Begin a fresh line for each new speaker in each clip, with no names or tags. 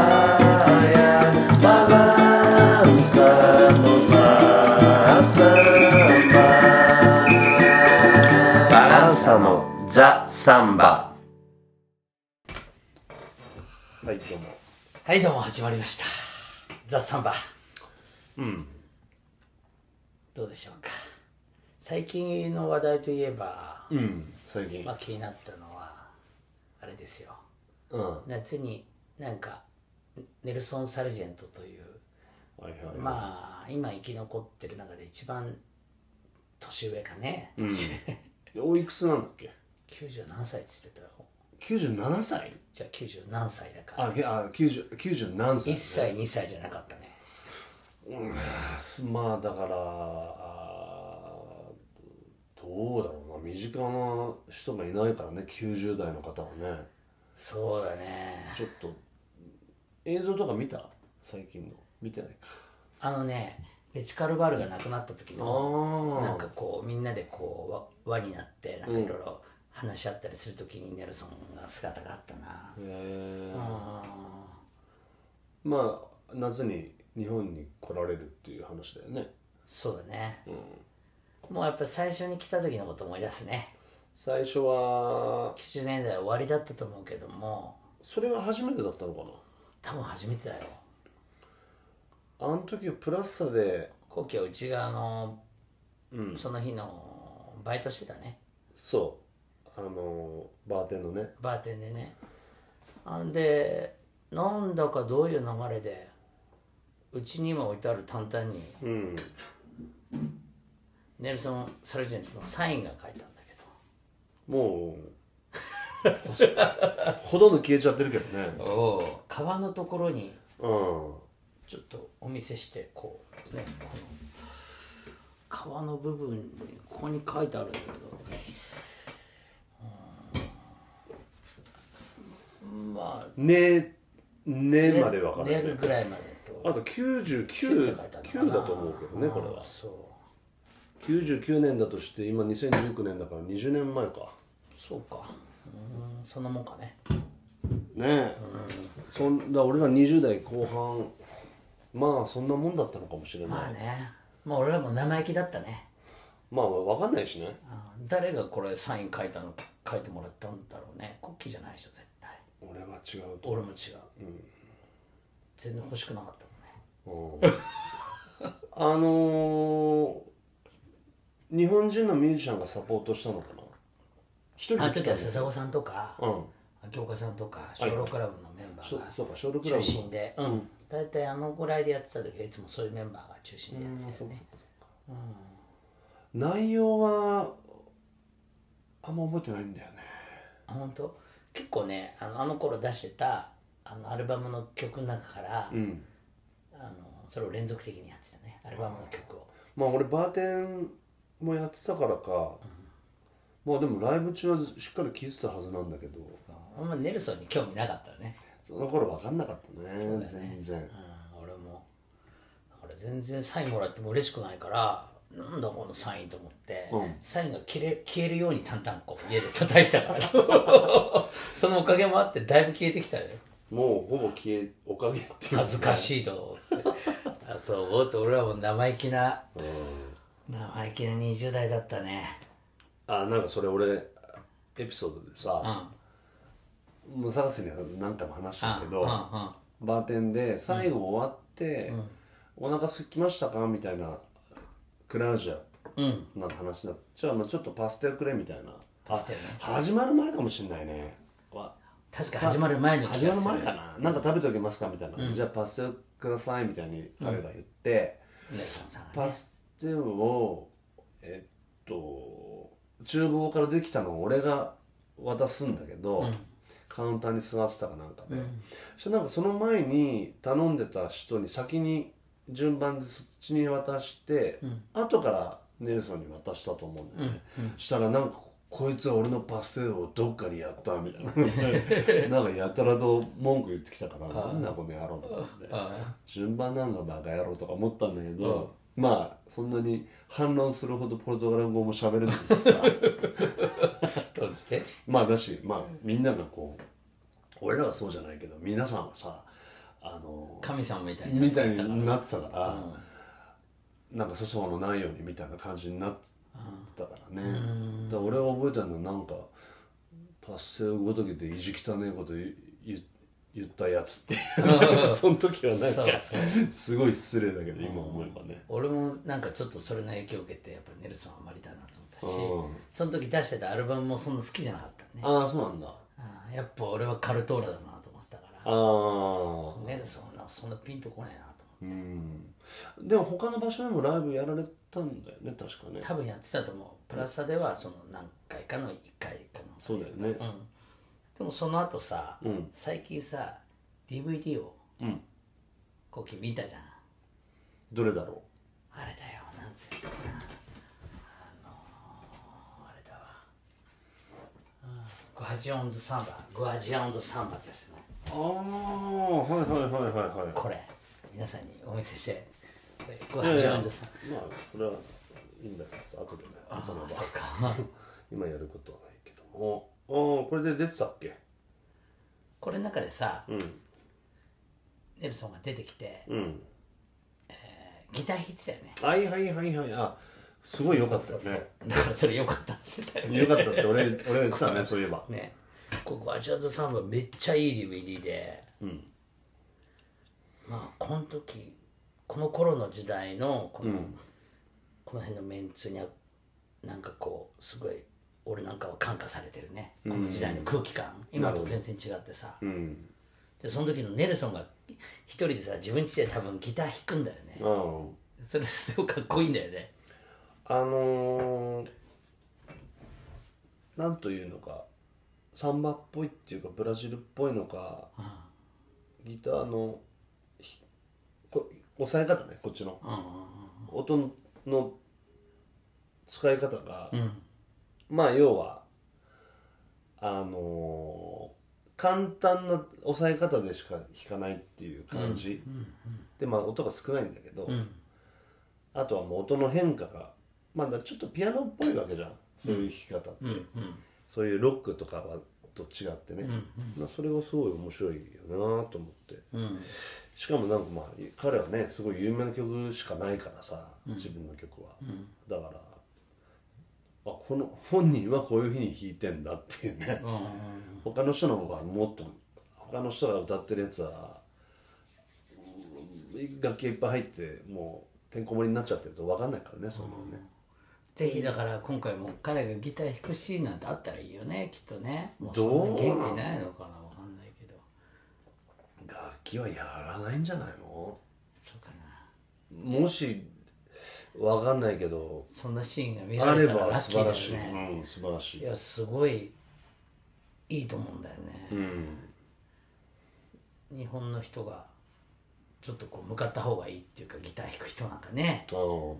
Praia, balançamos a samba. Balançamos the samba.
はいどうも
はいどうも始まりましたザ・サンバ
うん
どうでしょうか最近の話題といえば、
うん最近
まあ、気になったのはあれですよ
うんは
夏になんかネルソン・サルジェントという
いはい
まあ今生き残ってる中で一番年上かね、年上
おいくつなんだっけ
90何歳って言ってたよ
97歳
じゃあ90何歳だから
あけあ90 90何歳
1歳2歳じゃなかったね
すまあだからあーどうだろうな身近な人がいないからね90代の方はね
そうだね
ちょっと映像とか見た最近の見てないか
あのねベチカルバルが亡くなった時の
あ
なんかこうみんなでこう輪輪になってなんかいろいろ話し合ったりするときにネルソンが姿があったな、
へえ
あ
まあ夏に日本に来られるっていう話だよね
そうだね、もうやっぱ最初に来た時のこと思い出すね
最初は
90年代終わりだったと思うけども
それが初めてだったのかな
多分初めてだよ
あの時はプラスサで
後期はうちがあの、その日のバイトしてたね
そうあのバーテンのね
バーテンでねあんでなんだかどういう流れでうちにも置いてある単々に
うん
ネルソン・サルジェントのサインが書いてあるんだけど
もうほとんど消えちゃってるけどね
お川のところに
うん
ちょっとお見せしてこうねこの川の部分にここに書いてあるんだけどうんまあ
ねねまでわからな
寝
い
るぐらいまでと
あと99
書いてある
9
のかな
だと思うけどねこれ
あ
は
ーそう
99年だとして今2019年だから20年前か
そうかうんそんなもんかね
ねえ、そんだ俺ら20代後半まあそんなもんだったのかもしれない
まあねまあ俺らも生意気だったね
まあわかんないしね
あー誰がこれサイン書いたの書いてもらったんだろうね国旗じゃないでしょ絶対
俺は違うと
俺も違う、全然欲しくなかったもんね
うん あのー、日本人のミュージシャンがサポートしたのかな一人
あの
で来
時
た
は笹子さんとか
うん
秋岡さんとか小6クラブのメンバ
そ
ー
う
が
そうかショールクラ
中
ブ
心でうん大体あのぐらいでやってた時はいつもそういうメンバーが中心でやってたよね
内容はあんま覚えてないんだよね
あ本当結構ねあのあの頃出してたあのアルバムの曲の中から、
うん
あのそれを連続的にやってたねアルバムの曲を、
まあ俺バーテンもやってたからか、まあでもライブ中はしっかり聴いてたはずなんだけど
あんまネルソンに興味なかったね
その頃分かんなかったね
そうだよね
全然
うん、俺もだから全然サインもらっても嬉しくないからなんだこのサインと思って、
うん
サインが消え消えるように淡々こう家で叩いてたから そのおかげもあってだいぶ消えてきたよ
もうほぼ消えおかげっていう
恥ずかしいと思ってあそうと俺はもう生意気な生意気な20代だったね
あなんかそれ俺エピソードで
うんうん
さ、もう探すには何回も話したけど、
うんうん
バーテンで最後終わって、お腹すきましたかみたいなクラージャなんか話になってじゃあまあちょっとパステルくれみたいなパ
ステルね
始まる前かもしんないねわ
確か始まる前の
始
気
ま
が
る
する
前かななんか食べておきますかみたいな、じゃあパステルくださいみたいに彼が言って、
ネルソンさんが
パ
ね
ステルをえっと厨房からできたのを俺が渡すんだけど、カウンターに座ってたかなんかで、そしたらなんかその前に頼んでた人に先に順番でそっちに渡して、後からネルソンに渡したと思うんだよね、したらなんかこいつは俺のパステルをどっかにやったみたいな なんかやたらと文句言ってきたからなんだこの野郎と思って順番なんだバカ野郎とか思ったんだけど、まあそんなに反論するほどポルトガル語も喋れないしさ
閉じて
まあだしまあみんながこう俺らはそうじゃないけど皆さんはさあの
神様みたいな
みたいになってたから、なんか粗相のないようにみたいな感じになってたからね、だから俺は覚えてるのはなんかパステルごときで意地汚ねえこと言言言ったやつっていう その時はなんか
そうそ
すごい失礼だけど今思えばね、
俺もなんかちょっとそれの影響を受けてやっぱりネルソンはあまりだなと思ったし、
うん
その時出してたアルバムもそんな好きじゃなかったね
ああそうなんだあ
うんやっぱ俺はカルトーラだなと思ってたから
あ
ネルソンはそんなピンとこないなと思って
うんでも他の場所でもライブやられたんだよね確かね
多分やってたと思うプラスではその何回かの1回かの
そうだよね、
でもその後さ、
ん
最近さ DVD を
うん
こう君見たじゃん
どれだろ
あれだよなんつうのかなあのー、あれだわうんグアジアンドサンバグアジアンドサンバってやつね
うああはいはいはいはいはい
これ皆さんにお見せしてグアジアンドサンバ
まあこれはいいんだけど後でねその場
そっか
今やることはないけどもああこれで出てたっけ
これの中でさ
うん
ネルソンが出てきて
うん
ギター弾いてたよね
はいはいはいはいあすごい良かったよね
だからそれ良かったって言ってたよね
良かったって 俺俺が言ってたねそういえば
ねここアジアドサンバめっちゃいい DVD で、まあこの時この頃の時代のこの,、この辺のメンツにはなんかこうすごい俺なんかは感化されてるねこの時代の空気感、今と全然違ってさ、
うん
でその時のネルソンが一人でさ自分家で多分ギター弾くんだよね
ああ
それすごいかっこいいんだよね
あのー、なんというのかサンバっぽいっていうかブラジルっぽいのか、ギターのひこ押さえ方ねこっちの、音の使い方が、まあ要はあのー簡単な押さえ方でしか弾かないっていう感じ、でまあ音が少ないんだけど、あとはもう音の変化がまあだからちょっとピアノっぽいわけじゃんそういう弾き方って、そういうロックとかはと違ってね、まあ、それがすごい面白いよなと思って、しかもなんかまあ彼はねすごい有名な曲しかないからさ、自分の曲は、だからあこの本人はこういうふうに弾いてんだっていうね、他の人の方がもっと他の人が歌ってるやつは楽器がいっぱい入ってもうてんこ盛りになっちゃってると分かんないからねそんなのね、
ぜひだから今回も彼がギター弾くシーンなんてあったらいいよねきっとねもうそんな元気ないのかなわかんないけど
楽器はやらないんじゃないの
そうかな
もし分かんないけど
そんなシーンが見
あ
ら
れ
れたらラ
ば
ッ
素
キ
晴
ーだ
ら
よ
しい、
ね
うん素晴らし
い
い
やすごいいいと思うんだよね、日本の人がちょっとこう向かった方がいいっていうかギター弾く人なんかね
あの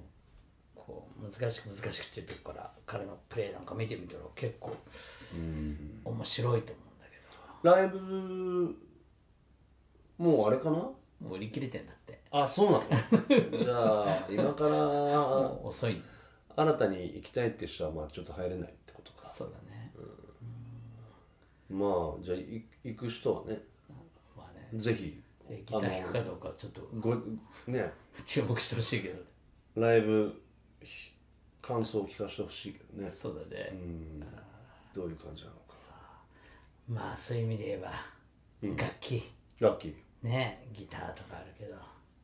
こう難しく難しくっていうとこから彼のプレーなんか見てみたら結構面白いと思うんだけ
ライブもうあれかな
どもう売り切れてんだって
あそうな のじゃあ今から
もう遅いん
新たに行きたいって人はまあちょっと入れないってことか
そうだね、
まあじゃあい行く人はね
まあね
ぜひ
ギター弾くかどうかはちょっと
ごね
注目してほしいけど
ライブひ感想を聞かせてほしいけどね
そうだね、
どういう感じなのか
まあそういう意味で言えば、楽器
ラッキー
ねギターとかあるけど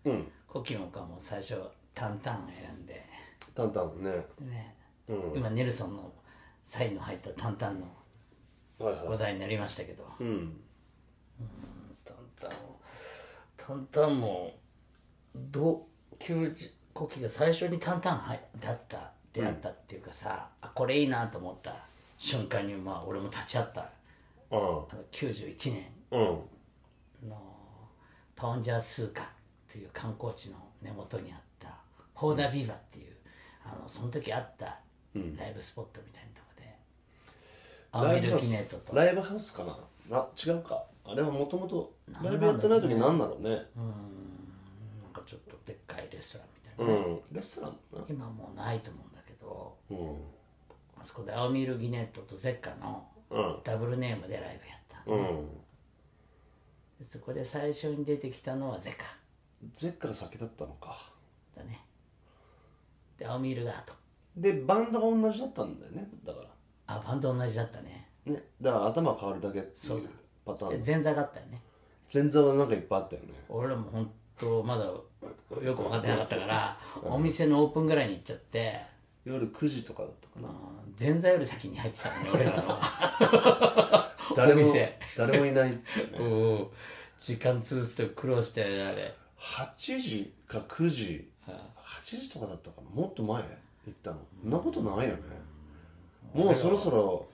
うん
コキモカも最初タンタン選んで
タンタンね
ね、今ネルソンのサインの入ったタンタンの
はいは
話題になりましたけど、
いうん
タンタンもタンタンもどう急じコキが最初にタンタンはいだった出会ったっていうかさ、あこれいいなと思った瞬間にまあ俺も立ち会った
あ
あの91年
あうん
のパオンジャースーカという観光地の根元にあったホーダビーバっていう、あのその時あったライブスポットみたいなとこで、ア
ラ
ー
イ
ミ
ブ
ル
ハウ
キ
ス
ネートと
ライブハウスかなな違うかあれはもともとライブやってない時何なのね
なんかちょっとでっかいレストランみたいな、
うんレストランだな
今もうないと思うんだけど
うん
あそこでアーミル・ギネットとゼッカの
うん
ダブルネームでライブやった、
うん
そこで最初に出てきたのはゼカ
ゼッカが先だったのか
だねで青ミールが後
でバンドが同じだったんだよねだか
あバンド同じだったね
らねだから頭変わるだけっていうパター
で
ン
前座があったよね
前座はなんかいっぱいあったよね
俺らも本当まだよく分かってなかったからお店のオープンぐらいに行っちゃって
夜9時とかだったかな
うん前座より先に入ってたもんね俺らの
誰
お
も
店
誰もいないっていうね
うん時間通すと苦労したよねあれ
8時か9時8時とかだったかなもっと前行ったのそんなことないよねもうそろそろ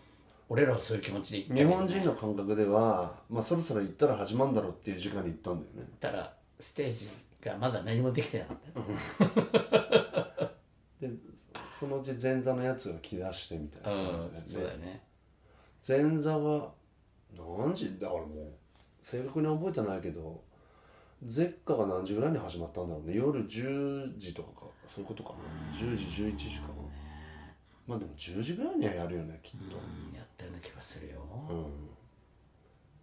俺らはそういう気持ちで行った
日本人の感覚では、まあ、そろそろ行ったら始まるんだろうっていう時間に行ったんだよね
たらステージがまだ何もできてなかった
でそのうち前座のやつが来だしてみたいな
うん
感じ
そ
で、
う
ね
だよね
前座が何時だからもう正確に覚えてないけどゼッカが何時ぐらいに始まったんだろうね夜10時とかかそういうことかな10時11時かなまあでも10時ぐらいにはやるよねきっと
うんやったような気がするよ、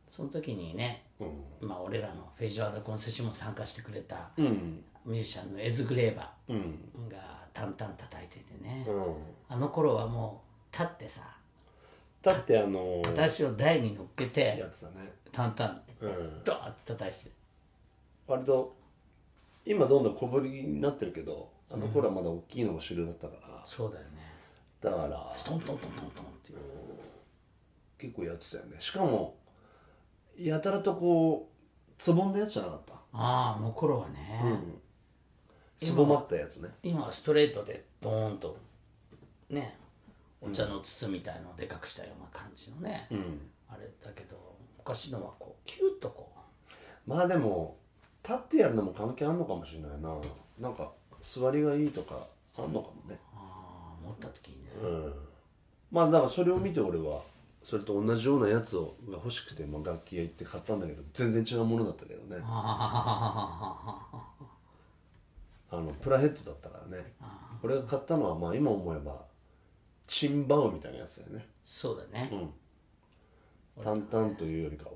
その時にね、
う
まあ、俺らのフェイジョアザコンセッションも参加してくれた
んうん
ミュージシャンのエズ・グレーバ
うん
ーが淡々叩いててね、
うん
あの頃はもう立ってさ
だってあのー、
私を台に乗っけて
やつだね
淡々
うん
ドーって叩いてて
割と今どんどん小ぶりになってるけどあの頃はまだ大きいのが主流だったか
そうだよね
ら、だから
ストントントントントンっていう
結構やってたよねしかもやたらとこうつぼんだやつじゃなかった
あああの頃はね、
つぼまったやつね
今はストレートでドーンとねお茶の筒みたいのをでかくしたような感じのね、あれだけど昔のはこうキュッとこ
まあでも立ってやるのも関係あんのかもしれないななんか座りがいいとかあんのかもね
うああ持った時にね、
まあだからそれを見て俺はそれと同じようなやつをが欲しくて、まあ、楽器屋行って買ったんだけど全然違うものだったけどね
ああ
あのプラヘッドだったからね俺が買ったのはまあ今思えばチンバウみたいなやつだよね
そうだね、
淡々というよりかは、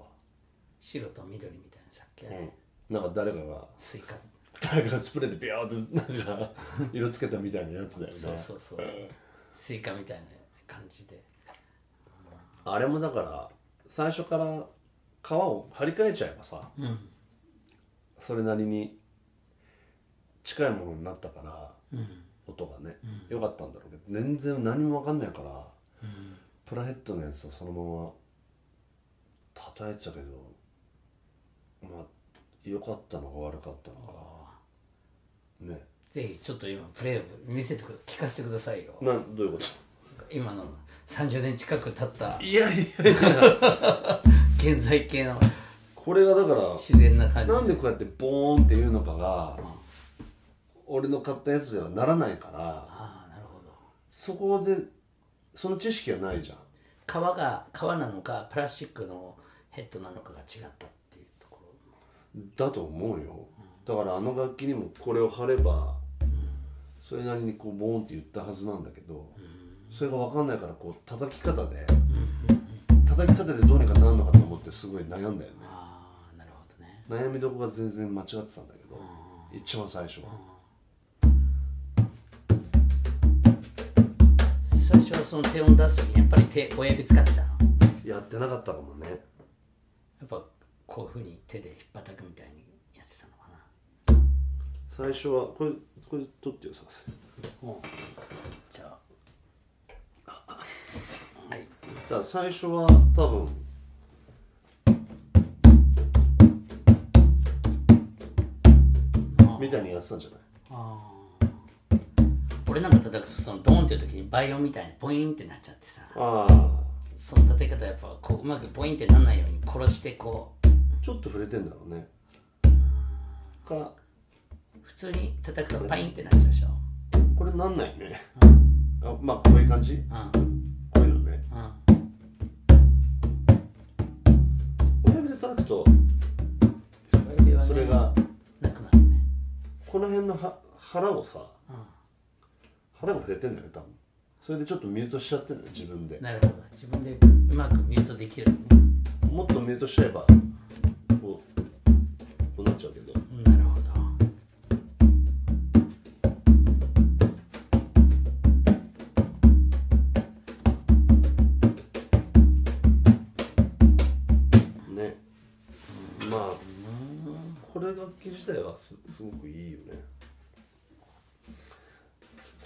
白と緑みたいなさっきはね、
なんか誰かが
スイカ
誰かがスプレーでビャーってなん か色つけたみたいなやつだよね
そうそうそうそうスイカみたいな感じで
あれもだから最初から皮を張り替えちゃえばさ、それなりに近いものになったから、音がね、良かったんだろうけど全然何も分かんないから、プラヘッドのやつをそのまま叩いてたけどまあ良かったのか悪かったのかね
ぜひちょっと今プレイを見せてく聞かせてくださいよ
なんどういうこ
今の30年近く経った
といやいやいや
現在形の
これがだから
自然な感じ
なんでこうやってボーンっていうのかが、俺の買ったやつではならないから
ああなるほど
そこでその知識はないじゃん
革が革なのかプラスチックのヘッドなのかが違ったっていうとこ
だと思うよだからあの楽器にもこれを貼れば、それなりにこうボーンって言ったはずなんだけど、それが分かんないからこう叩き方で、叩き方でどうにかなるのかと思ってすごい悩んだよね
ろああなるほどね
悩みどころが全然間違ってたんだけど、一番最初は、
最初はその低音出す時にやっぱり手親指使ってたのや
やってなかったかもね
っぱこういうふうに手で引っ叩くみたいにやってたのかな
最初はこれこれ取ってよさ
もうじゃあはい
だから最初は多分みたいにやってたんじゃない
俺なんか叩くとそのドーンっていう時に倍音みたいにポインってなっちゃってさ
ああ
その叩き方やっぱこううまくポインってならないように殺してこう
ちょっと触れてんだろうねか
普通に叩くとパインってなっちゃうでしょ
これなんないね、あまあこういう感じ
うん
こういうのね
うん
親指で叩くとそれが
なくなるね
この辺のは腹をさ、腹が触れてんだよね多分それでちょっとミュートしちゃってんだよ自分で
なるほど自分でうまくミュートできるのね
もっとミュートしちゃえばこうまあこれ楽器自体はすすごくいいよね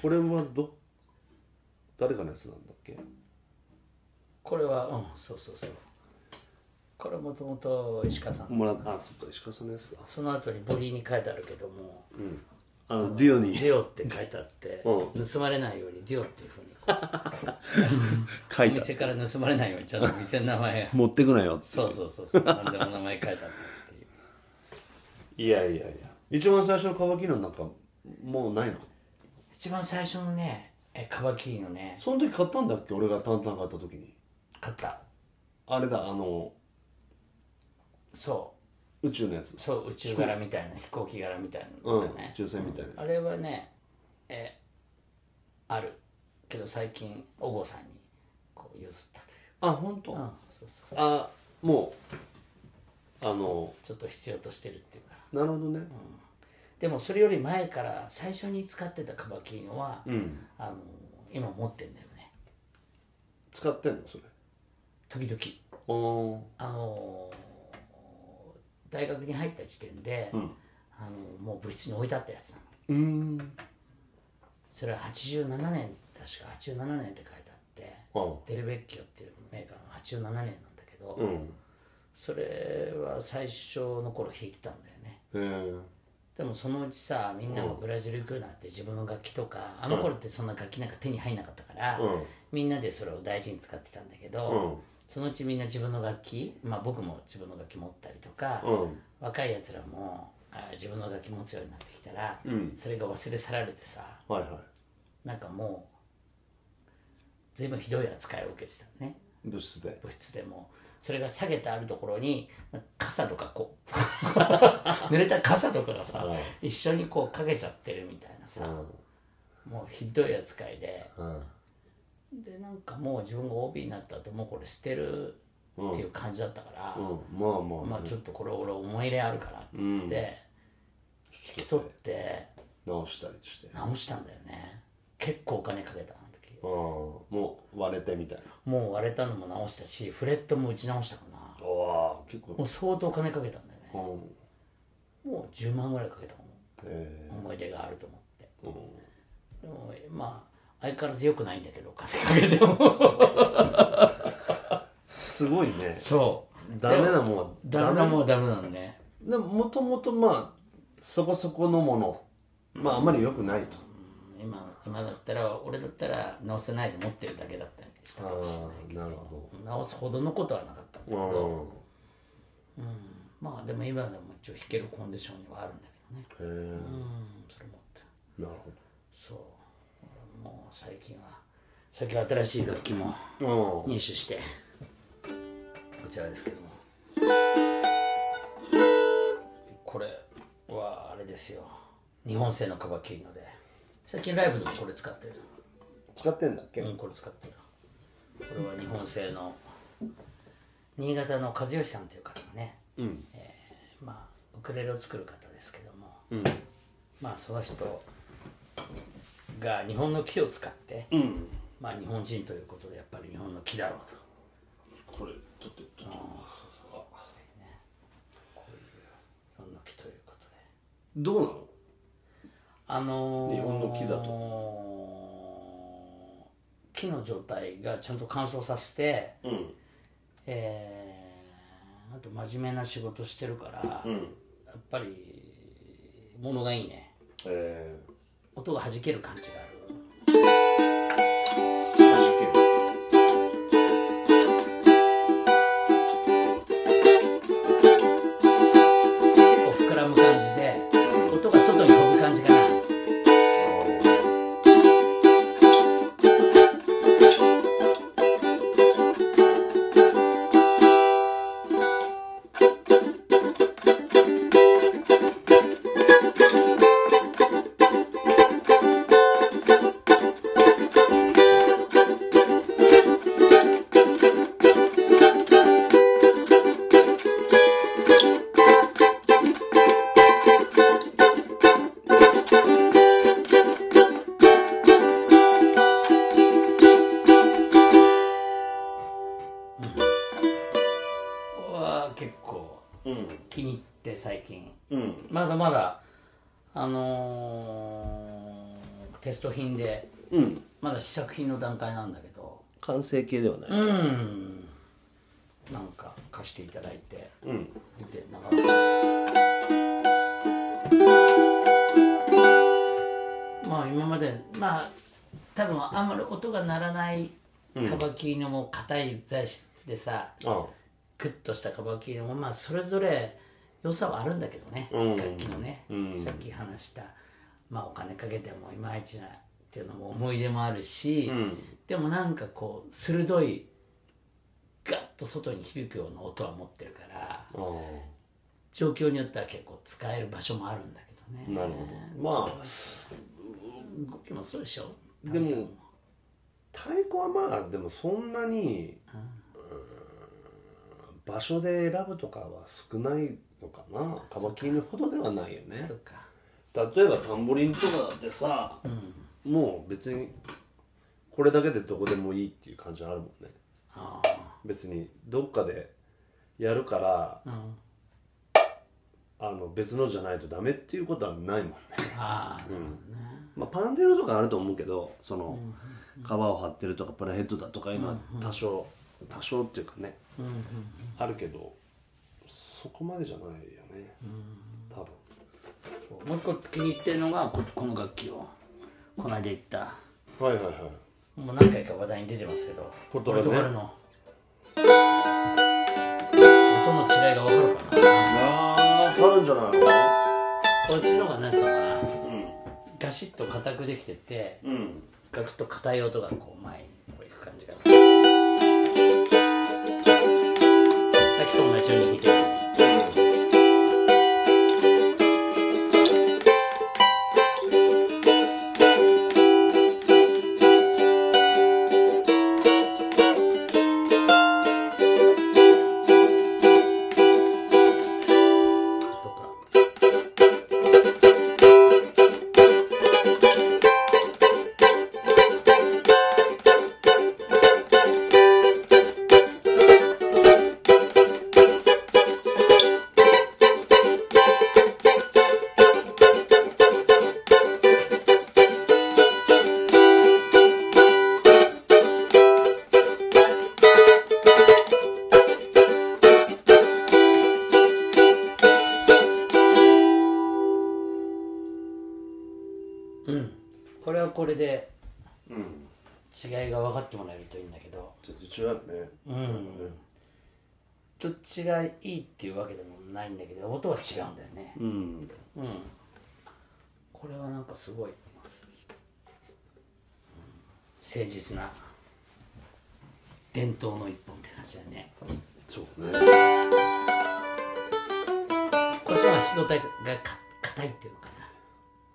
これはど誰かのやつなんだっけ
これはうんそうそうそうこれもともと石川さん
もらあそっか石川さんのやつだ
その後にボディに書いてあるけども
あのデュオ
「デ
に
ュオ」って書いてあって、
う
盗まれないように「デュオ」っていうふうにこ
書
う
い
お
た
店から盗まれないようにちゃんと店の名前が
持ってくなよって
そうそうそうそう何でも名前書いてあったっていう
いやいやいや一番最初の乾きのなんかもうないの
一番最初のねえカバキリのね
その時買ったんだっけ俺がタンタン買った時に
買った
あれだあの
そ
宇宙のやつ
うそう宇宙柄みたいな飛行機柄みたいな
う
の
ん
がね、
抽選みたいな
あ
やつ
れはねえあるけど最近小郷さんにこう譲ったという
あ本当
うんそうそう
あもうあの
ちょっと必要としてるっていうから
なるほどね
でもそれより前から最初に使ってたカバキーノは、
ん
あの今持ってんだよね
使ってんのそれ
時々
あー
あのー大学に入った時点で、あのもう部室に置いてあったやつなの
うーん
それは87年確か87年って書いてあって
あ
デルベッキオっていうメーカーの87年なんだけど、
うん
それは最初の頃弾いてたんだよね
へえ
でもそのうちさみんながブラジル行くようになって自分の楽器とかあの頃ってそんな楽器なんか手に入んなかったから、
うん
みんなでそれを大事に使ってたんだけど、
うん
そのうちみんな自分の楽器、まあ、僕も自分の楽器持ったりとか、
うん
若いやつらもあ自分の楽器持つようになってきたら、
ん
それが忘れ去られてさ
はいは
なんかもう随分ひどい扱いを受けてたね
い物質で
部室でもそれが下げてあるところに傘とかこう 濡れた傘とかがさ一緒にこうかけちゃってるみたいなさもうひどい扱いで
うん
でなんかもう自分が OB になった後もうこれ捨てるっていう感じだったから、
うんまあまあ
まあちょっとこれ俺思い入れあるからっつって、引き取って
直したりしてあ
直したんだよね結構お金かけたあの時
あもう割れてみたいな
もう割れたのも直したしフレットも打ち直したかな
ああ結構
もう相当お金かけたんだよね
うん
もう10万ぐらいかけたかも
へ
思い出があると思って
えうん
でもまあ相変わらず良くないんだけどお金かけても
すごいね
そう
ダメなもんは
ダメなもんはダメなのね
でももともとまあそこそこのものまああまり良くないと
今今だったら俺だったら直せないで持ってるだけだったりしたかもしれない
あなるほ
直すほどのことはなかったんだけど
ど
まあでも今でも一応弾けるコンディションにはあるんだけどね
うんへ
う
え
んそれ持って
なるほど
そう俺もう最近は最近は新しい楽器も
うん
入手してこちらですけどもこれはあれですよ日本製のカバキリノで最近ライブでもこれ使ってる
使ってんだっけ
うんこれ使ってるこれは日本製の新潟の和義さんという方がね、
うん
まあウクレレを作る方ですけども、まあその人が日本の木を使って、まあ日本人ということでやっぱり日本の木だろうと
これちょっとちょっと
日本の木ということで
どうなの
あのー、
日本の木だ
木の状態がちゃんと乾燥させて、
ん
えーあと真面目な仕事してるから、やっぱり物がいいね
え
音が弾ける感じがある
え弾ける
結構膨らむ感じで音が外に飛ぶ感じかなここは結構気に入って最近
うん
まだまだあのーテスト品で
うん
まだ試作品の段階なんだけど
完成形ではない、
うんなんか貸していただいて
うん
見てなかなかまあ今までまあ多分あんまり音が鳴らないカバキリのも硬い材質でさ、
あ
グッとしたカバキリもまあそれぞれ良さはあるんだけどね、
うん
楽器のね、
うん
さっき話した、まあ、お金かけてもいまいちなっていうのも思い出もあるし、
ん
でもなんかこう鋭いガッと外に響くような音は持ってるから
ああ
状況によっては結構使える場所もあるんだけどね
なるほどまあ
動きもそうでしょ
でも太鼓はまあでもそんなにうーん場所で選ぶとかは少ないのかなカバキリほどではないよね
そっか
例えばタンボリンとかだってさ、もう別にこれだけでどこでもいいっていう感じあるもんね
あ
別にどっかでやるから
あ、うん、
あの別のじゃないとダメっていうことはないもんね、
ああ、
まあ、パンデロとかあると思うけどその皮を張ってるとかプラヘッドだとかいうのは多少多少っていうかねあるけどそこまでじゃないよね多分
そうもう一個気に入ってるのがここの楽器をこの間言った
はいはいはい
もう何回か話題に出てますけど
ポルトガルね
の音の違いが分かるかな
あああるんじゃないの
こっちの方が何つうのかなガシッと硬くできてて
うんうん
ガクッと硬い音がこう前にこういく感じがさっきと同じように弾いてるとかこれはこれで
うん
違いが分かってもらえるといいんだけど
全然違うよね
うんどっちがいいっていうわけでもないんだけど音は違うんだよね
うん
うんこれはなんかすごいうん誠実な伝統の一本って感じだね
そうね
こっちの方が弾き応えがか硬いっていうのかな
あ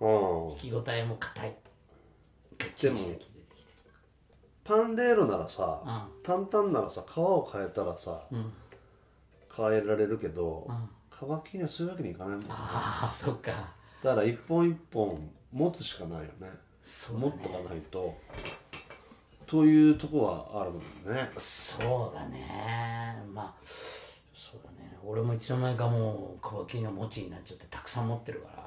あ
弾き応えも硬いガッチ
で
リ
も
した木でできて
パンデーロならさ、
う
淡々ならさ皮を変えたらさ、
ん
変えられるけど、
ん
皮切りはそういうわけにいかないもんだか
ああそっか
ら一本一本持つしかないよね
そう
持
だ
っ
ね
とかないとというとこはあるもんね
そうだねまあそうだね俺もいつの間にかもうカバキリの持ちになっちゃってたくさん持ってるから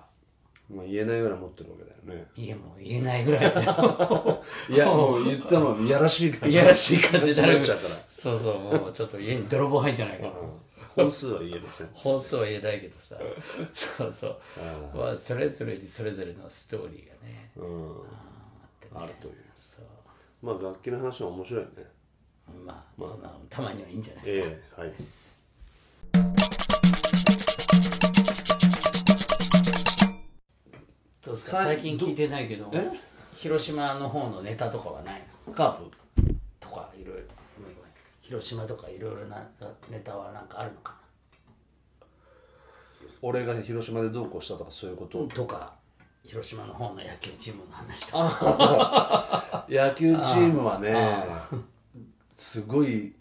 まあ言えないぐらい持ってるわけだよね
家も言えないぐらいい
いやもう言ったのいやらしい感
い
じ
やらしい感じにな
に
る
なっちゃうから
そうそうもうちょっと家に泥棒入んじゃないかな
本数は言えません
本数は言えないけ どさそうそうまあそれぞれにそれぞれのストーリーがね
うん
あ
ある
ってね
という
そう
まあ楽器の話は面白いよね
まあ、こんなのたまにはいいんじゃないですか、
ええはい
どうですか
最
最近聞いてないけど
え
広島の方のネタとかはないの
カープ
とかいろいろごめんごめん広島とかいろいろなネタはなんかあるのか
俺が広島でどうこうしたとかそういうこと、
な、とか広島の方の野球チームの話とか
野球チームはねすごい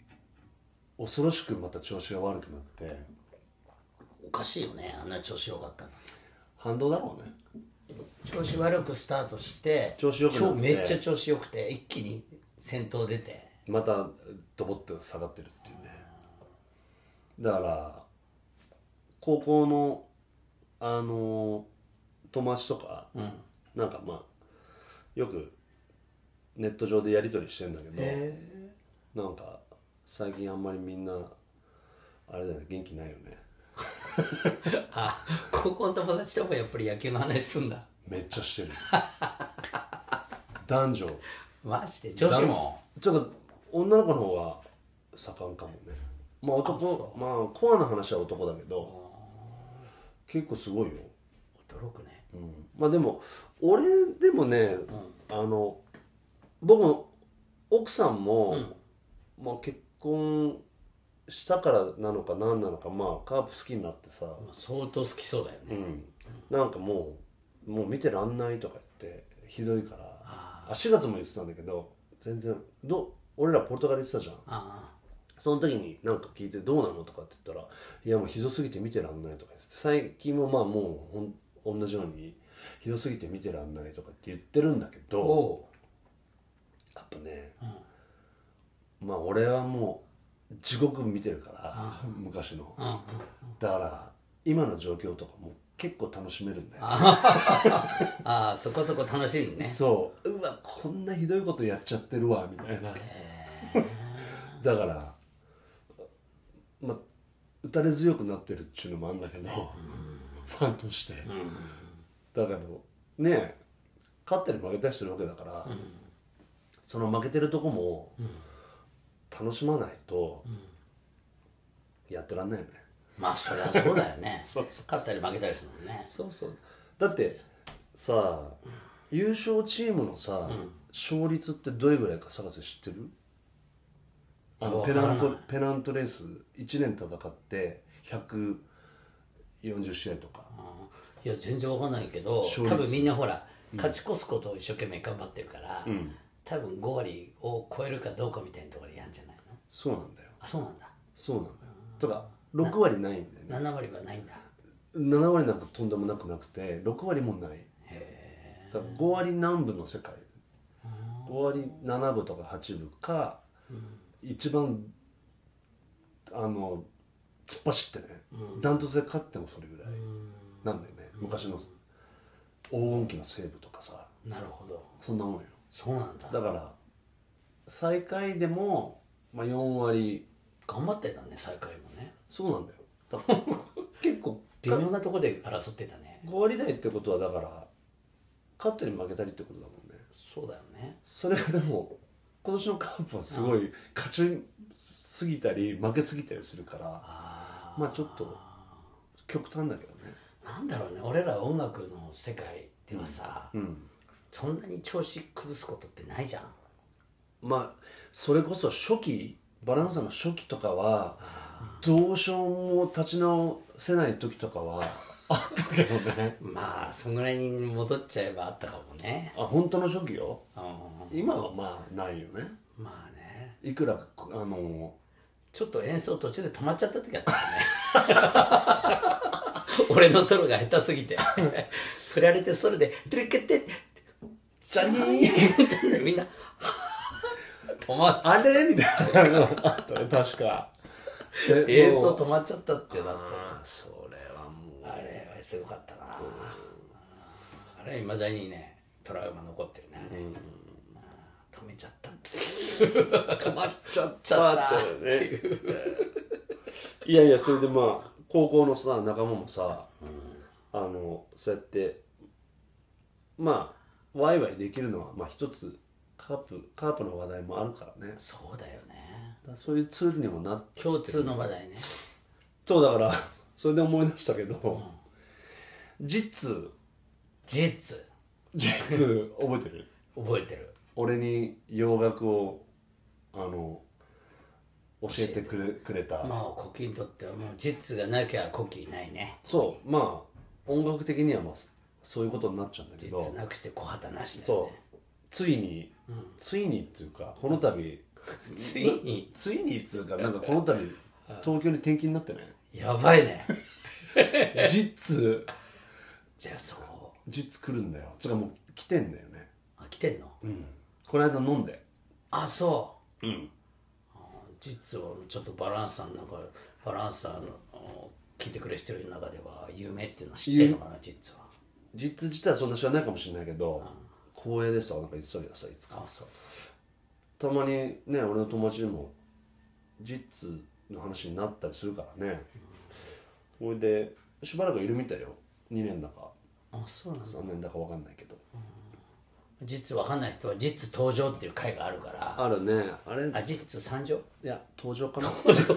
恐ろしくまた調子が悪くなって
おかしいよねあんな調子良かったの
反動だろうね
調子悪くスタートして
調子良くなって
超めっちゃ調子良くて一気に先頭出て
またドボッと下がってるっていうねだから高校のあの友達とか、なんかまあよくネット上でやり取りしてんだけど、なんか最近あんまりみんなあれだよね元気ないよね
あ 高校の友達ともやっぱり野球の話すんだ
めっちゃしてる男女
マジで女子も
ちょっと女の子の方が盛んかもねまあ男まあコアな話は男だけど結構すごいよ、
驚くね
うんまあでも俺でもね、あの僕も奥さんも、まあ、結婚したからなのか何なのかまあカープ好きになってさ、
相当好きそうだよね
うん、なんかもうもう見てらんないとか言ってひどいからあ4月も言ってたんだけど全然ど俺らポルトガル行ってたじゃん
ああ
その時に何か聞いて「どうなの?」とかって言ったら「いやもうひどすぎて見てらんない」とか言って最近もまあもうほん同じように「ひどすぎて見てらんない」とかって言ってるんだけ
お
ど
お
やっぱね、まあ俺はもう地獄見てるから昔の
ううんうん
だから今の状況とかも結構楽しめるんだよ
ああそこそこ楽しみね
そううわこんなひどいことやっちゃってるわみたいなだからまあ打たれ強くなってるっちゅうのもあんだけど、ファンとして、だけどねえ勝ったり負けたりしてるわけだから、その負けてるとこも楽しまないとやってらんないよね、
まあそりゃそうだよね
そうそう
勝ったり負けたりするもんね
そうそうだってさ優勝チームのさ、勝率ってどれぐらいか探せ知ってるあのペナントペナントレース1年戦って140試合とか
いや全然わかんないけど
勝率
多分みんなほら、勝ち越すことを一生懸命頑張ってるから、多分5割を超えるかどうかみたいなところでやんじゃないの
そうなんだよ
あそうなんだ
そうなんだよとか6割ないんだよね
7割はないんだ
7割なんかとんでもなくなくて6割もないだから5割南部の世界5割7分とか8分か、一番あの突っ走ってねダン、トツで勝ってもそれぐらいなんだよね昔の黄金期の西部とかさ
なるほど
そんなもんよ
そうなんだ
だから最下位でも、まあ、4割
頑張ってたね最下位もね
そうなんだよだから結構
微妙なとこで争ってたね
5割台ってことはだから勝ったり負けたりってことだもんね
そうだよね
それがでも今年のカープはすごい勝ちすぎたり負けすぎたりするからまあちょっと極端だけどね
なんだろうね俺ら音楽の世界ではさ、そんなに調子崩すことってないじゃん
まあそれこそ初期バランサの初期とかはどうしようも立ち直せない時とかは あったけどね
まあそんぐらいに戻っちゃえばあったかもね
あ本当の初期よ
う
今はまあないよね
んまあね
いくらかあの
ちょっと演奏途中で止まっちゃった時あったよね 俺のソロが下手すぎて振られてソロで「トゥルケテジャニー」みたいなみんな「止まっちゃっ
あれみたいなのがあったね確かで
た演
もう
奏止まっちゃった」ってなって
あそれはもう
あれはすごかったなあれはいまだにねトラウマ残ってるねあれ止めちゃったって
止まっちゃっ
ちゃったって
ねいやいやそれでまあ高校のさ仲間もさ、あのそうやってまあワイワイできるのはまあ一つカープカープの話題もあるからねだか
そうだよね
らそういうツールにもなっ
共通の話題ね
そうだからそれで思い出したけど、実
実
実覚えてる
覚えてる
俺に洋楽をあの教えてくれくれた、
まあコキにとってはもう実がなきゃコキないね
そうまあ音楽的にはまあそそういうことになっちゃうんだけど
実なくして小旗なしだ
そ
よね
うついに、ついにっていうかこの度
ついに
ついにっつうかなんかこの度東京に転勤になってね
やばいね
実
じゃあそう
実来るんだよつうかもう来てんだよね
あ来てんの、
この間飲んで
あそう
うん
実はちょっとバランサーの中バランサーの聞いてくれる人いる中では夢っていうのは知ってるのかな実は
実自体はそんな知らないかもしれないけど光栄ですとかなんか言ってたけどさいつか
あそう
たまにね俺の友達にも実の話になったりするからねほいでしばらくいるみたいよ2年だか
あそうなんだ
3年だか分かんないけど
実わかんない人は実登場っていう回があるから
あるねあれ
あ実参上
いや登場かな
登場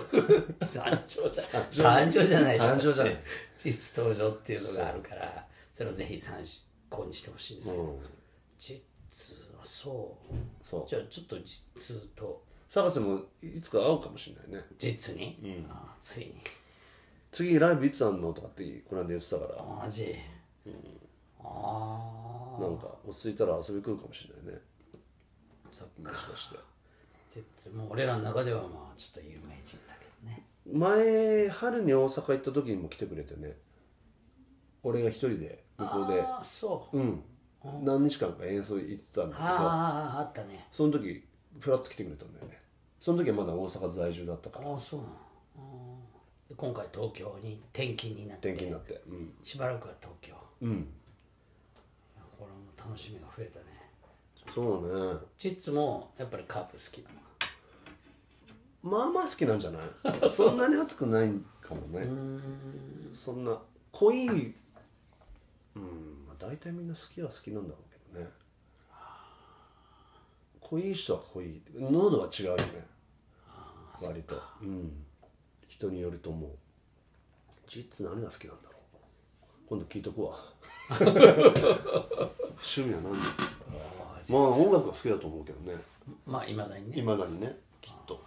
参上だ 参上じゃない
参上じゃない
実登場っていうのがあるからそれをぜひ参考にしてほしいんですけど、
うん
実はそう
そう
じゃあちょっと実と
探せもいつか会うかもしれないね
実に、あついに
次ライブいつあんのとかってこの間言ってたから
マジ、ああ
なんか落ち着いたら遊び来るかもしれないねさっきもしかして
実もう俺らの中ではまあちょっと有名人だけどね
前春に大阪行った時にも来てくれてね俺が一人で向こうで
ああそう、
うん何日間か演奏行ってたんだけど
あああったね
その時フラッと来てくれたんだよねその時はまだ大阪在住だったから
ああそうなのうんで今回東京に転勤になって
転勤になってうん
しばらくは東京
うん
いやこれも楽しみが増えたね
そうだね
実もやっぱりカープ好きなの
まあまあ好きなんじゃないそんなに熱くないかもねそんな濃いうんまあ大体みんな好きは好きなんだろうけどね濃い人は濃い濃度は違うよね割とうん人によると思う実何が好きなんだろう今度聞いとくわ趣味は何だまあ音楽は好きだと思うけどね
まあいまだに
い
ね
まだにねきっと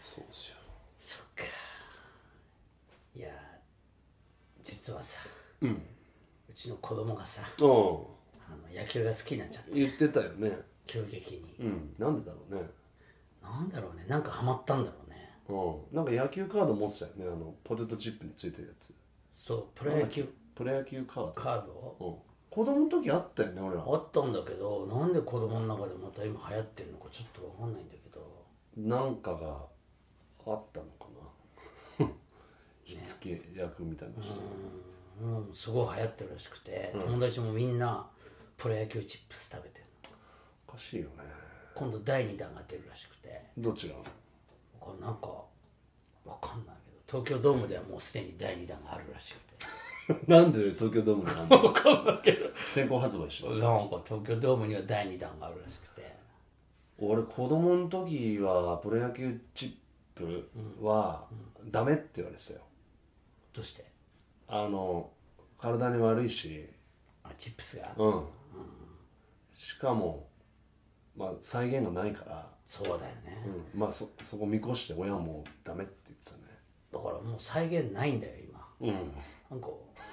そうですよ
そっかいや実はさ
うん
うちの子供がさ
う
あの野球が好きになっちゃった
ん言ってたよね
急激に、
うんなんでだろうね
なんだろうねなんかハマったんだろうね
うんなんか野球カード持ってたよねあのポテトチップについてるやつ
そうプロ野球
プロ野球カード
カードを
うん子供の時あったよね俺ら
あったんだけどなんで子供の中でまた今流行ってるのかちょっとわかんないんだけど
なんかがあったのか な火付け役みたいな人
うん、うん、すごい流行ってるらしくて、友達もみんなプロ野球チップス食べてるの
おかしいよね
今度第2弾が出るらしくて
どっちが
これなんかわかんないけど東京ドームではもうすでに第2弾があるらしく て
なんで東京ドームなん のかんないけど先行発売して
なんか東京ドームには第2弾があるらしくて
俺子供の時はプロ野球チップはダメって言われてたよ
どうして
あの体に悪いし
あチップスが
うんしかもまあ再現がないから、
そうだよね、
うん、まあそそこ見越して親もダメって言ってたね
だからもう再現ないんだよ今、なんか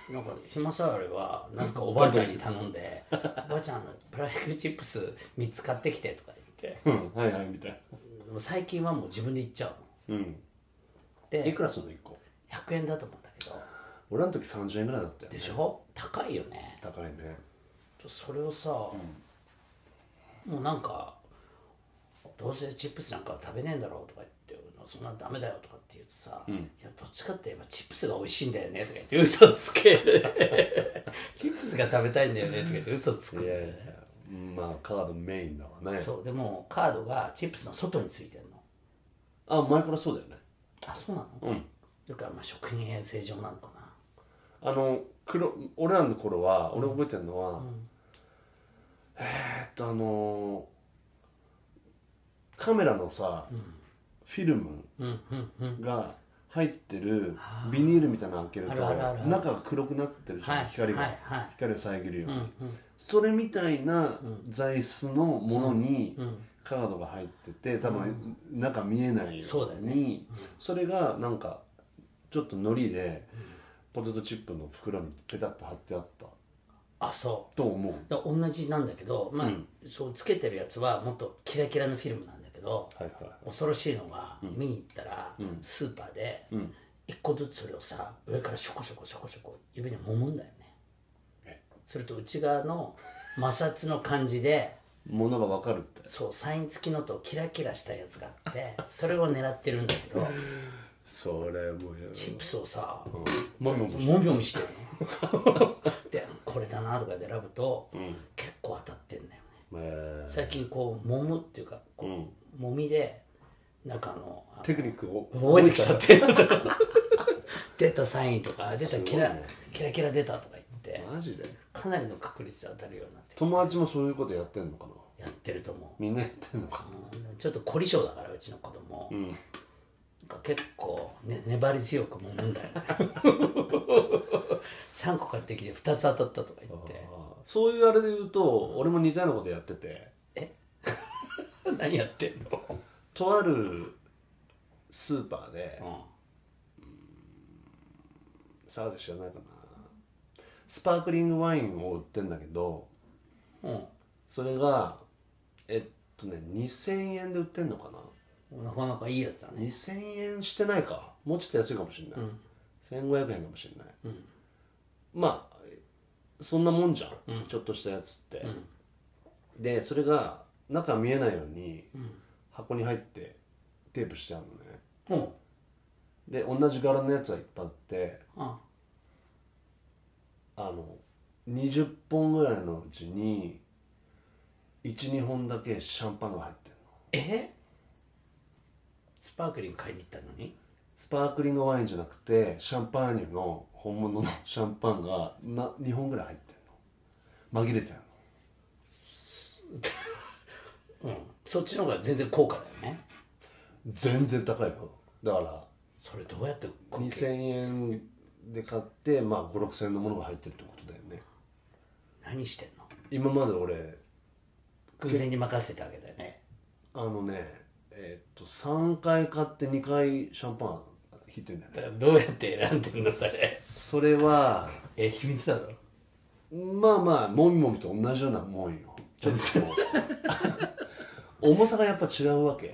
なんか暇さえあればなぜかおばあちゃんに頼ん で「おばあちゃんあのプロ野球チップス3つ買ってきて」とか言って
うんはいはいみたい
もう最近はもう自分で行っちゃうの
なうんい
で
くらその1個
100円だと思うんだけど
俺の時30円ぐらいだったよ
でしょ高いよね
高いね
それをさ、もうなんかどうせチップスなんかは食べねえんだろうとか言ってそんなのダメだよとかって言うとさ、いやどっちかって言えばチップスが美味しいんだよねとか言って嘘つけ チップスが食べたいんだよねとか言って嘘つくんだよね
うんまあカードメインだわね
そうでもカードがチップスの外についてるの
あ前からそうだよね
あそうなのうんだからまあ職人衛生上なのかな
あの黒俺らの頃は、俺覚えてるのは、えーっとあのーカメラのさ、フィルムが入ってるビニールみたいなの開けると
あるあるあるある
中が黒くなってるじゃん、
はい
光が、
はいはい
光を遮るように、それみたいな材質のものにカードが入ってて多分中見えないよ
そうだよ
うにそれがなんかちょっとのりでポテトチップの袋にペタッと貼ってあった
あそう
と思う
だから同じなんだけど、まあそうつけてるやつはもっとキラキラのフィルムなんだけど、
はいはいはい
恐ろしいのが、見に行ったら、スーパーで一個ずつそれをさ上からショコショコショコショコ指で揉むんだよねすると内側の摩擦の感じで
ものがわかるって
そうサイン付きのとキラキラしたやつがあってそれを狙ってるんだけど
それもや
チップスをさ、
もみもみして
もみもみしてるのでこれだなとかで選ぶと、結構当たってんだよね
えー
最近こう揉むっていうかこう、揉みでなんかあのあ
テクニックを
覚えてきちゃって 出たサインとか出たキラ,、
すごいね
キラキラ出たとか言って
マジで
かなりの確率で当たるようになって
友達もそういうことやってんのかな
やってると思う
みんなやってんのか
ちょっと凝り性だからうちの子供、なんか結構、ね、粘り強く揉むんだよね3個買ってきて2つ当たったとか言って
そういうあれで言うと俺も似たようなことやってて
え 何やってんの、
とあるスーパーで
うん、
沢瀬知らないかなスパークリングワインを売ってんだけど
う、
それがえっとね2000円で売ってんのかなん
なかなかいいやつだね
2000円してないかもうちょっと安いかもしれない、1500円かもしれない、まあそんなもんじゃん、ちょっとしたやつって、でそれが中見えないように箱に入ってテープしてあるのね
うん
で同じ柄のやつがいっぱいあって
あ
あの20本ぐらいのうちに12本だけシャンパンが入ってるの
えスパークリング買いに行ったのに
スパークリングワインじゃなくてシャンパーニュの本物の シャンパンがな2本ぐらい入ってんの紛れてんの
うんそっちの方が全然高価だよね
全然高いよだから
それどうやってこ
2000円で買ってまあ5 6千円のものが入ってるってことだよね
何してんの
今まで俺
偶然に任せてあげたよね
あのねえーっと3回買って2回シャンパン引いてんだよね
どうやって選んでんのそれ
それは
え秘密だろ
まあまあもみもみと同じようなもんよちょっと 重さがやっぱ違うわけや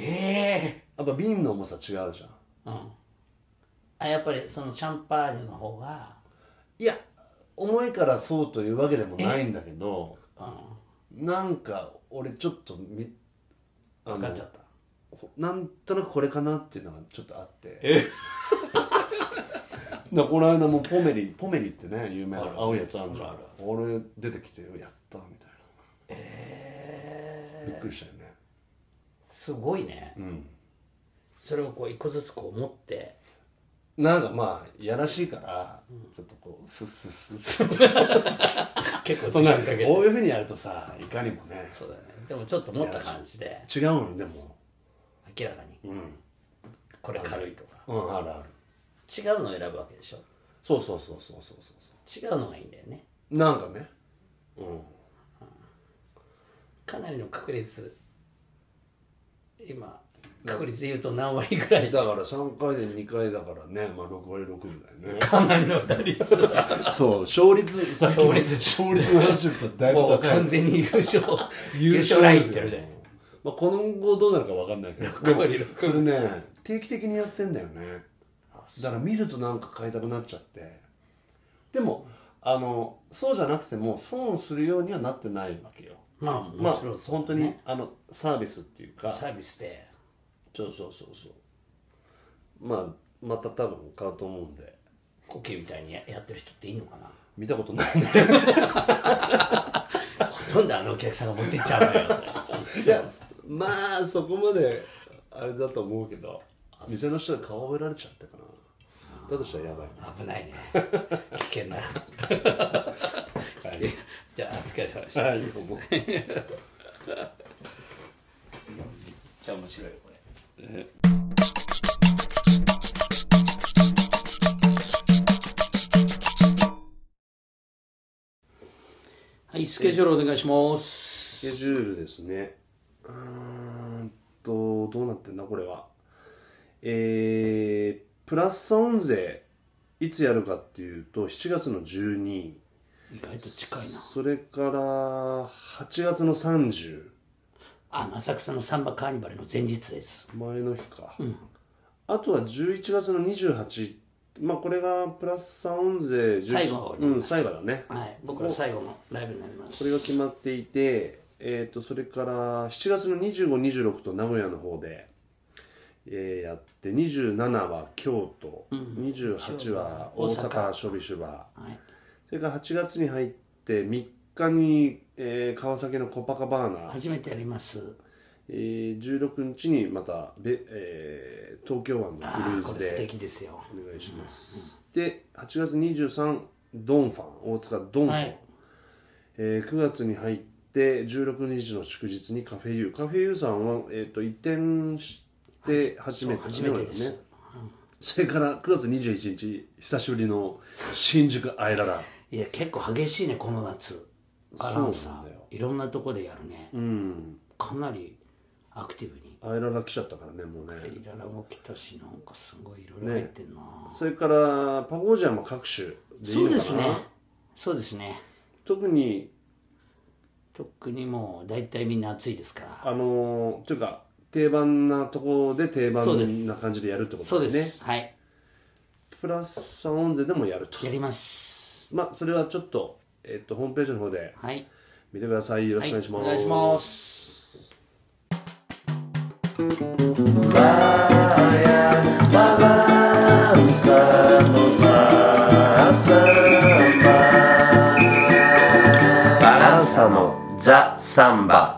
ええ
っぱ瓶の重さ違うじゃん
うんあやっぱりそのシャンパーニュの方が
いや重いからそうというわけでもないんだけどなんか俺ちょっとみあ
分かっ
の
ちゃった
ほなんとなくこれかなっていうのがちょっとあって だからこの間もポメリポメリってね有名な青いやつあるじゃん俺出てきてやったみたいなええびっくりしたよね
すごいね、それをこう一個ずつこう持 って
なんかまあいやらしいから、ちょっとこうスッスッスッスッ
結構
そ
時
んな
間
ん
か
か
けて
こういうふうにやるとさいかにもね
そうだねでもちょっと持った感じで
違うのよでも
明らかに、これ軽いとか
うんあるある
違うのを選ぶわけでしょ
そうそうそうそうそうそうそ
違うのがいいんだよね
うなんかね
かなりの確率今確率で言うと何割ぐらい
だから3回で2回だからねまあ6割6分だよ ね
かなりの打率だ
そう勝率さっきの
勝率
勝率の話だったらだいぶ
もう
高い
完全に優 勝優勝ラインいってるね
まあこの後どうなるかわかんない けど
6割6
それね定期的にやってんだよねだから見るとなんか買いたくなっちゃってでもあのそうじゃなくても損するようにはなってないわけよ
まあ
ま
も
あ
ちろんそう
本当にあのサービスっていうか
サービスで
そうそうそうそうまあまた多分買うと思うんで
コキみたいにややってる人っていいのかな
見たことないね
ほとんどあのお客さんが持ってっちゃ うのよ
いやまあそこまであれだと思うけど店の人で顔覚えられちゃったかなだとしたらやばいな
危ないね危 険なじゃあお疲れ様でした
はいどうも
めっちゃ面白いこれ。はい、スケジュールお願いします。
スケジュールですねうーんとどうなってんだこれはえー、プラス音税いつやるかっていうと7月の12
意外と近いな。
それから8月の30
あ、浅草のサンバカーニバルの前日です。
前の日か、あとは11月の28まあこれがプラス音税11
最後にな
う
りま
ん
す
最後だね
はい、僕の最後のライブになります。
これが決まっていて、えー、とそれから7月の2526と名古屋の方でえーやって27は京都、28は大
大阪
阪ショビシュバー、
はい
それから8月に入って3日に、えー川崎のコパカバーナ、
初めてやります
えー16日にまたべ、えー東京湾の
あ
クル
ーこ
ーズ
れ素
で
敵ですよ
お願いします、で8月23ドンファン大塚ドンファン、
はい
えー9月に入って16日の祝日にカフェユーカフェユーさんは、えー、と移転して初めて
初めてで
我
す
々それから9月21日久しぶりの新宿アイララ
いや結構激しいねこの夏アランさ
そうなん
ん
だよ
いろんなとこでやるね、
うん
かなりアクティブに
アイララ来ちゃったからねもうね
いろいろも来たしなんかすごいいろいろ入ってんな、
それからパゴージャンも各種でいい
そ
の
う
か
で
な
すねそうですね
特に
とっくにもう大体みんな暑いですか
あ
ら
のーというか定番なところで定番
そうです
な感じでやるってこと
そう
だ
で
よ
す、
ね
はい
プラス3音勢でもやると
やります
まあそれはちょっと,、えっとホームページの方で
はい
見てくださいよろしくお願いします、
お願いします
バランサのザ・サンバ